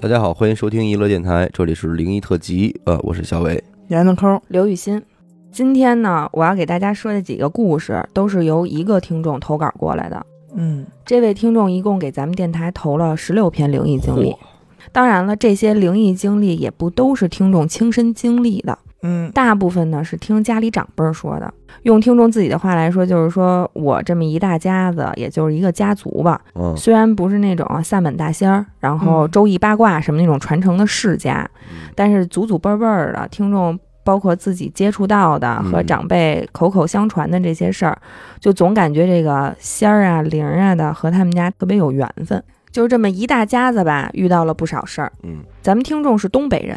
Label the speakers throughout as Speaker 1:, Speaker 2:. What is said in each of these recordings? Speaker 1: 大家好，欢迎收听娱乐电台，这里是零一特辑，呃，我是小伟。
Speaker 2: 闫子抠，
Speaker 3: 刘雨欣。今天呢，我要给大家说的几个故事，都是由一个听众投稿过来的。
Speaker 2: 嗯，
Speaker 3: 这位听众一共给咱们电台投了十六篇灵异经历
Speaker 1: 嚯，
Speaker 3: 当然了，这些灵异经历也不都是听众亲身经历的，
Speaker 2: 嗯
Speaker 3: 大部分呢是听家里长辈儿说的。用听众自己的话来说，就是说我这么一大家子，也就是一个家族吧，
Speaker 1: 嗯，
Speaker 3: 虽然不是那种啊萨满大仙儿，然后
Speaker 2: 嗯
Speaker 3: 周易八卦什么那种传承的世家，
Speaker 1: 嗯
Speaker 3: 但是祖祖辈辈儿的听众，包括自己接触到的
Speaker 1: 嗯
Speaker 3: 和长辈口口相传的这些事儿，就总感觉这个仙儿啊、灵儿啊的和他们家特别有缘分，就是这么一大家子吧，遇到了不少事儿。
Speaker 1: 嗯，
Speaker 3: 咱们听众是东北人，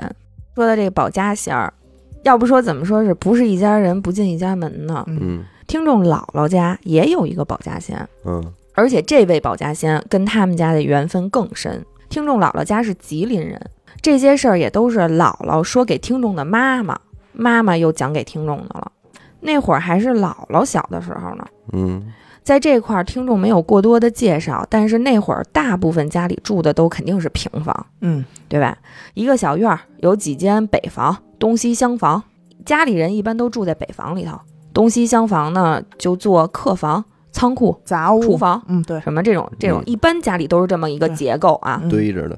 Speaker 3: 说的这个保家仙儿，要不说怎么说是不是一家人不进一家门呢？
Speaker 2: 嗯
Speaker 1: 嗯
Speaker 3: 听众姥姥家也有一个保家仙，
Speaker 1: 嗯
Speaker 3: 而且这位保家仙跟他们家的缘分更深。听众姥姥家是吉林人，这些事儿也都是姥姥说给听众的妈妈，妈妈又讲给听众的了。那会儿还是姥姥小的时候呢，
Speaker 1: 嗯
Speaker 3: 在这块儿听众没有过多的介绍，但是那会儿大部分家里住的都肯定是平房，
Speaker 2: 嗯
Speaker 3: 对吧？一个小院儿有几间北房、东西厢房，家里人一般都住在北房里头，东西厢房呢就做客房、仓库、
Speaker 2: 杂物
Speaker 3: 厨房，啊
Speaker 2: 嗯对，
Speaker 3: 什么这种这种
Speaker 1: 嗯，
Speaker 3: 一般家里都是这么一个
Speaker 2: 对
Speaker 3: 结构啊。
Speaker 2: 嗯
Speaker 1: 堆着的，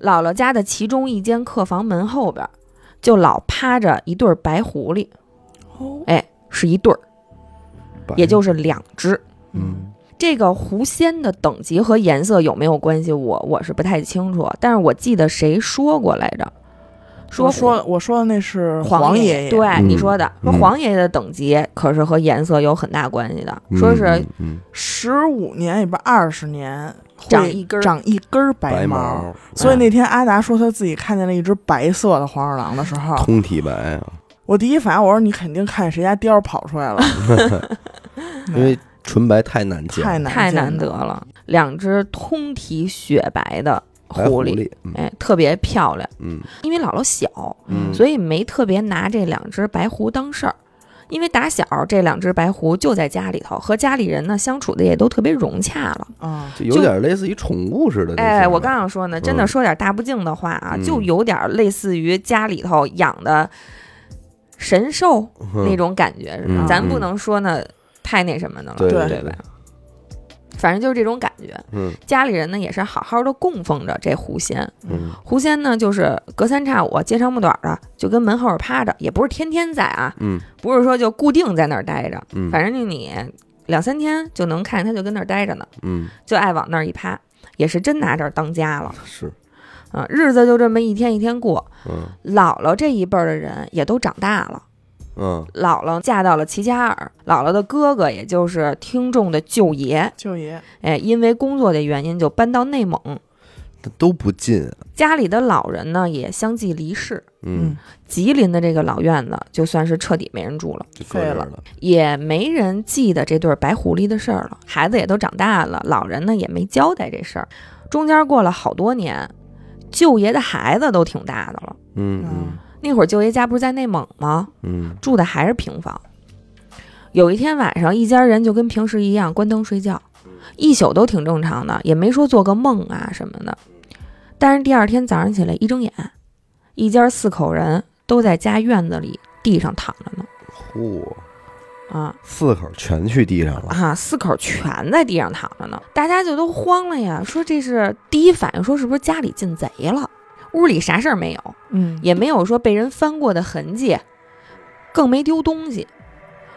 Speaker 3: 姥姥家的其中一间客房门后边儿，就老趴着一对儿白狐狸，
Speaker 2: 哦
Speaker 3: 哎，是一对儿，
Speaker 1: 摆
Speaker 3: 也就是两只。
Speaker 1: 嗯
Speaker 3: 这个狐仙的等级和颜色有没有关系我？我是不太清楚，但是我记得谁说过来着，
Speaker 2: 说
Speaker 3: 说
Speaker 2: 说我说的那是
Speaker 3: 黄
Speaker 2: 爷爷，
Speaker 3: 对、
Speaker 1: 嗯
Speaker 3: 你说的，说
Speaker 1: 嗯
Speaker 3: 黄爷爷的等级可是和颜色有很大关系的，
Speaker 1: 嗯
Speaker 3: 说是
Speaker 1: 嗯
Speaker 2: 十五年里边二十年会
Speaker 3: 长一根儿
Speaker 2: 长一根儿白
Speaker 1: 白哎
Speaker 2: 毛。所以那天阿达说他自己看见了一只白色的黄鼠狼的时候，
Speaker 1: 通体白啊，
Speaker 2: 我第一反应我说你肯定看谁家貂儿跑出来 了，
Speaker 1: 因为纯白太难见，
Speaker 2: 太难
Speaker 3: 太
Speaker 2: 见
Speaker 3: 难得了，
Speaker 2: 嗯
Speaker 3: 两只通体雪白的
Speaker 1: 白狐
Speaker 3: 狐狸，，
Speaker 1: 嗯
Speaker 3: 哎，特别漂亮。
Speaker 1: 嗯
Speaker 3: 因为姥姥小，
Speaker 1: 嗯，
Speaker 3: 所以没特别拿这两只白狐当事儿。因为打小这两只白狐就在家里头，和家里人呢相处的也都特别融洽了。
Speaker 2: 啊，
Speaker 1: 就有点类似于宠物似的那种。啊
Speaker 3: 哎，我刚想说呢，真的
Speaker 1: 嗯
Speaker 3: 说点大不敬的话啊，
Speaker 1: 嗯
Speaker 3: 就有点类似于家里头养的神兽那
Speaker 1: 嗯
Speaker 3: 种感觉似的。
Speaker 2: 嗯
Speaker 3: 咱不能说呢太那什么的了，
Speaker 1: 对
Speaker 2: 对
Speaker 3: 对
Speaker 1: 对
Speaker 3: 吧？反正就是这种感觉。
Speaker 1: 嗯
Speaker 3: 家里人呢也是好好的供奉着这狐仙，
Speaker 1: 嗯
Speaker 3: 狐仙呢，就是隔三差五、啊接长不短的，就跟门后趴着，也不是天天在啊，
Speaker 1: 嗯
Speaker 3: 不是说就固定在那儿待着，
Speaker 1: 嗯，
Speaker 3: 反正就你两三天就能看见他就跟那儿待着呢，
Speaker 1: 嗯
Speaker 3: 就爱往那儿一趴，也是真拿这儿当家了
Speaker 1: 是
Speaker 3: 啊。日子就这么一天一天过，
Speaker 1: 嗯
Speaker 3: 姥姥这一辈儿的人也都长大了，
Speaker 1: 嗯
Speaker 3: 姥姥嫁到了齐齐哈尔，姥姥的哥哥也就是听众的舅爷，
Speaker 2: 舅爷，
Speaker 3: 哎，因为工作的原因就搬到内蒙，
Speaker 1: 都不近，
Speaker 3: 家里的老人呢也相继离世。
Speaker 1: 嗯，
Speaker 3: 吉林的这个老院子就算是彻底没人住了，
Speaker 1: 就搁这儿了，
Speaker 3: 也没人记得这对白狐狸的事儿了。孩子也都长大了，老人呢也没交代这事儿。中间过了好多年，舅爷的孩子都挺大的了。
Speaker 1: 嗯嗯
Speaker 2: 嗯
Speaker 3: 那会儿舅爷家不是在内蒙吗？
Speaker 1: 嗯
Speaker 3: 住的还是平房。有一天晚上，一家人就跟平时一样关灯睡觉，一宿都挺正常的，也没说做个梦啊什么的。但是第二天早上起来一睁眼，一家四口人都在家院子里地上躺着呢，
Speaker 1: 嗯嚯，
Speaker 3: 啊
Speaker 1: 四口全去地上了，
Speaker 3: 啊，四口全在地上躺着呢，大家就都慌了呀，说这是第一反应，说是不是家里进贼了？屋里啥事儿没有，
Speaker 2: 嗯
Speaker 3: 也没有说被人翻过的痕迹，更没丢东西。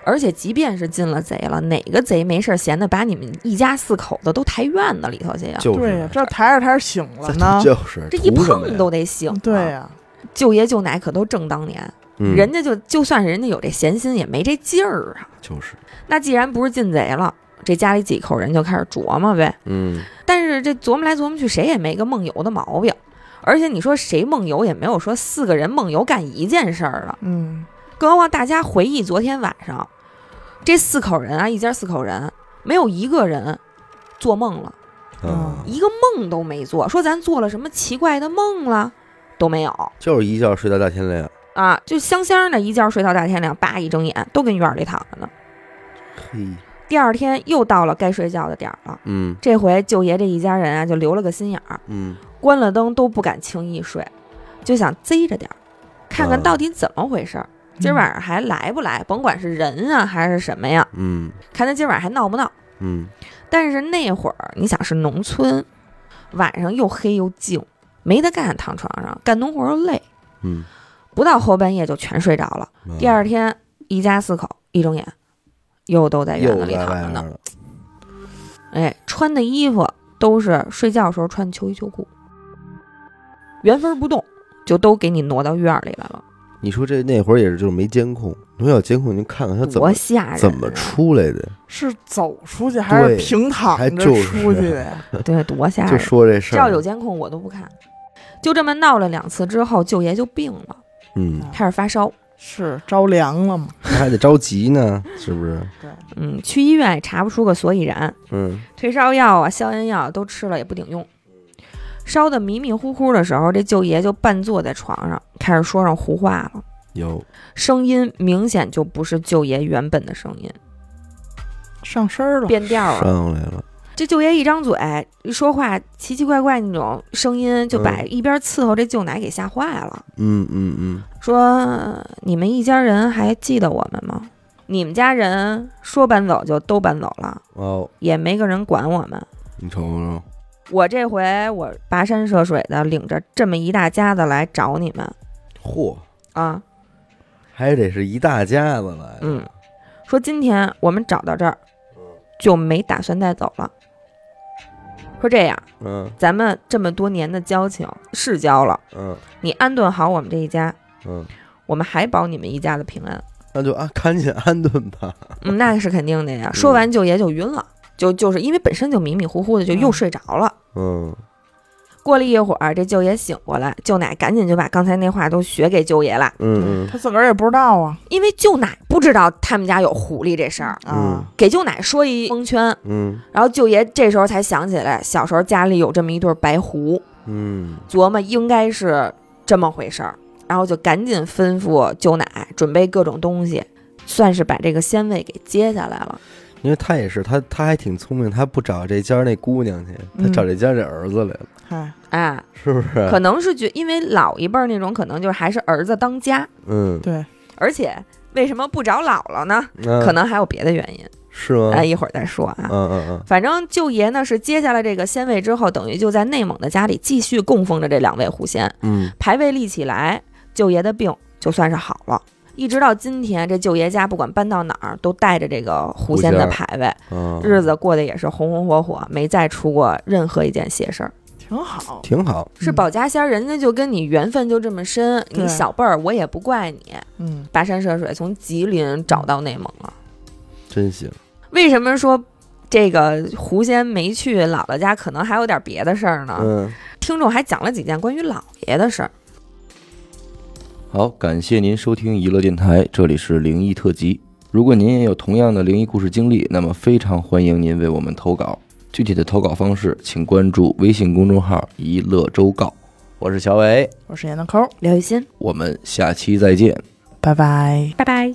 Speaker 3: 而且，即便是进了贼了，哪个贼没事儿闲的把你们一家四口子都抬院子里头去呀？
Speaker 1: 就
Speaker 2: 对
Speaker 1: 是
Speaker 2: 呀，这抬着抬着醒了 呢，
Speaker 1: 就是
Speaker 3: 这一
Speaker 1: 图什么
Speaker 3: 碰
Speaker 1: 呀
Speaker 3: 都得醒、
Speaker 2: 对，呀，
Speaker 3: 舅爷舅奶可都正当年，
Speaker 1: 嗯
Speaker 3: 人家就就算是人家有这闲心，也没这劲儿啊。
Speaker 1: 就是
Speaker 3: 那既然不是进贼了，这家里几口人就开始琢磨呗。
Speaker 1: 嗯
Speaker 3: 但是这琢磨来琢磨去，谁也没个梦游的毛病。而且你说谁梦游也没有说四个人梦游干一件事儿的，啊
Speaker 2: 嗯
Speaker 3: 更何况大家回忆昨天晚上，这四口人啊，一家四口人，没有一个人做梦了，
Speaker 1: 啊，
Speaker 3: 一个梦都没做。说咱做了什么奇怪的梦了，都没有
Speaker 1: 就是一觉睡到大天亮，
Speaker 3: 啊，就香香的一觉睡到大天亮，叭一睁眼都跟院儿里躺着呢。
Speaker 1: 嘿，
Speaker 3: 第二天又到了该睡觉的点儿了，
Speaker 1: 嗯
Speaker 3: 这回舅爷这一家人啊就留了个心眼儿，
Speaker 1: 嗯
Speaker 3: 关了灯都不敢轻易睡，就想贼着点儿，看看
Speaker 1: 啊
Speaker 3: 到底怎么回事儿。今儿
Speaker 2: 嗯
Speaker 3: 晚上还来不来？甭管是人啊还是什么呀，
Speaker 1: 嗯
Speaker 3: 看他今儿晚上还闹不闹。
Speaker 1: 嗯
Speaker 3: 但是那会儿你想是农村，晚上又黑又静，没得干，躺床上干农活儿又累，
Speaker 1: 嗯。
Speaker 3: 不到后半夜就全睡着了。
Speaker 1: 嗯
Speaker 3: 第二天一家四口一睁眼，又都在院
Speaker 1: 又
Speaker 3: 子里
Speaker 1: 在
Speaker 3: 躺
Speaker 1: 外
Speaker 3: 着
Speaker 1: 面
Speaker 3: 呢。
Speaker 1: 了，
Speaker 3: 哎，穿的衣服都是睡觉时候穿秋衣秋裤，原封不动就都给你挪到院儿里来了，
Speaker 1: 你说这那会儿也是，就是没监控。你说要监控，您看看他怎
Speaker 3: 多
Speaker 1: 么
Speaker 3: 吓人、啊！
Speaker 1: 怎么出来的？
Speaker 2: 是走出去还是
Speaker 1: 对
Speaker 2: 平躺
Speaker 1: 还
Speaker 2: 着
Speaker 1: 就是
Speaker 2: 出去的呀？
Speaker 3: 对，多吓
Speaker 1: 就
Speaker 3: 人！啊
Speaker 1: 说这事
Speaker 3: 要
Speaker 1: 儿
Speaker 3: 有，监控我都不看。就这么闹了两次之后，舅爷就病了，
Speaker 1: 嗯，
Speaker 3: 开始发烧。
Speaker 2: 是着凉了吗？
Speaker 1: 他还得着急呢，是不是？
Speaker 3: 嗯，去医院也查不出个所以然，
Speaker 1: 嗯
Speaker 3: 退烧药啊、消炎药都吃了也不顶用。烧得迷迷糊糊的时候，这舅爷就半坐在床上，开始说上胡话了。
Speaker 1: 有，
Speaker 3: 声音明显就不是舅爷原本的声音，
Speaker 2: 上身儿了，
Speaker 3: 变调了。
Speaker 1: 上来了，
Speaker 3: 这舅爷一张嘴一说话奇奇怪怪那种声音，就把
Speaker 1: 嗯
Speaker 3: 一边伺候这舅奶给吓坏了，
Speaker 1: 嗯嗯嗯，
Speaker 3: 说：“你们一家人还记得我们吗？你们家人说搬走就都搬走了，
Speaker 1: 哦，
Speaker 3: 也没个人管我们。
Speaker 1: 你瞅瞅，
Speaker 3: 我这回我跋山涉水的，领着这么一大家子来找你们
Speaker 1: 嚯，
Speaker 3: 啊，
Speaker 1: 还得是一大家子来，
Speaker 3: 嗯，说今天我们找到这儿，就没打算带走了。说这样，
Speaker 1: 嗯
Speaker 3: 咱们这么多年的交情是交了，
Speaker 1: 嗯
Speaker 3: 你安顿好我们这一家，
Speaker 1: 嗯，
Speaker 3: 我们还保你们一家的平安。
Speaker 1: 那就啊，赶紧安顿吧，
Speaker 3: 嗯，那是肯定的呀。说完舅爷就晕了，就就是因为本身就迷迷糊糊的，就又睡着了。
Speaker 1: 嗯
Speaker 3: 过了一会儿，这舅爷醒过来，舅奶赶紧就把刚才那话都学给舅爷了，
Speaker 1: 嗯嗯
Speaker 2: 他自个儿也不知道啊
Speaker 3: 因为舅奶不知道他们家有狐狸这事儿，
Speaker 2: 啊！
Speaker 3: 给舅奶说一蒙圈，
Speaker 1: 嗯
Speaker 3: 然后舅爷这时候才想起来，小时候家里有这么一对白狐，
Speaker 1: 嗯
Speaker 3: 琢磨应该是这么回事儿，然后就赶紧吩咐舅奶准备各种东西，算是把这个仙位给接下来了。
Speaker 1: 因为他也是，他他还挺聪明，他不找这家那姑娘去，他找这家这儿子来了，
Speaker 2: 嗨，
Speaker 3: 哎，
Speaker 1: 是不是？
Speaker 3: 可能是觉，因为老一辈儿那种，可能就是还是儿子当家，
Speaker 1: 嗯，
Speaker 2: 对，
Speaker 3: 而且为什么不找姥姥呢？可
Speaker 1: 可
Speaker 3: 能还有别的原因，
Speaker 1: 是吗？
Speaker 3: 哎，一会儿再说啊。
Speaker 1: 嗯嗯
Speaker 3: 反正舅爷呢是接下来这个仙位之后，等于就在内蒙的家里继续供奉着这两位狐仙，
Speaker 1: 嗯
Speaker 3: 排位立起来，舅爷的病就算是好了。一直到今天，这舅爷家不管搬到哪儿，都带着这个狐仙的
Speaker 1: 狐仙
Speaker 3: 牌位，
Speaker 1: 嗯，
Speaker 3: 日子过得也是红红火火，没再出过任何一件邪事儿。
Speaker 2: 挺好。
Speaker 1: 挺好，
Speaker 3: 是保家仙儿，人家就跟你缘分就这么深，
Speaker 2: 对
Speaker 3: 你小辈儿我也不怪你，
Speaker 2: 嗯，
Speaker 3: 跋山涉水从吉林找到内蒙了。
Speaker 1: 嗯真行，
Speaker 3: 为什么说这个狐仙没去姥姥家，可能还有点别的事儿呢？
Speaker 1: 嗯。
Speaker 3: 听众还讲了几件关于姥爷的事儿。
Speaker 1: 好，感谢您收听娱乐电台，这里是灵异特辑。如果您也有同样的灵异故事经历，那么非常欢迎您为我们投稿。具体的投稿方式，请关注微信公众号“一乐周告”。我是小伟，
Speaker 2: 我是闫德抠，
Speaker 3: 刘雨欣，
Speaker 1: 我们下期再见。
Speaker 2: 拜拜。
Speaker 3: 拜拜。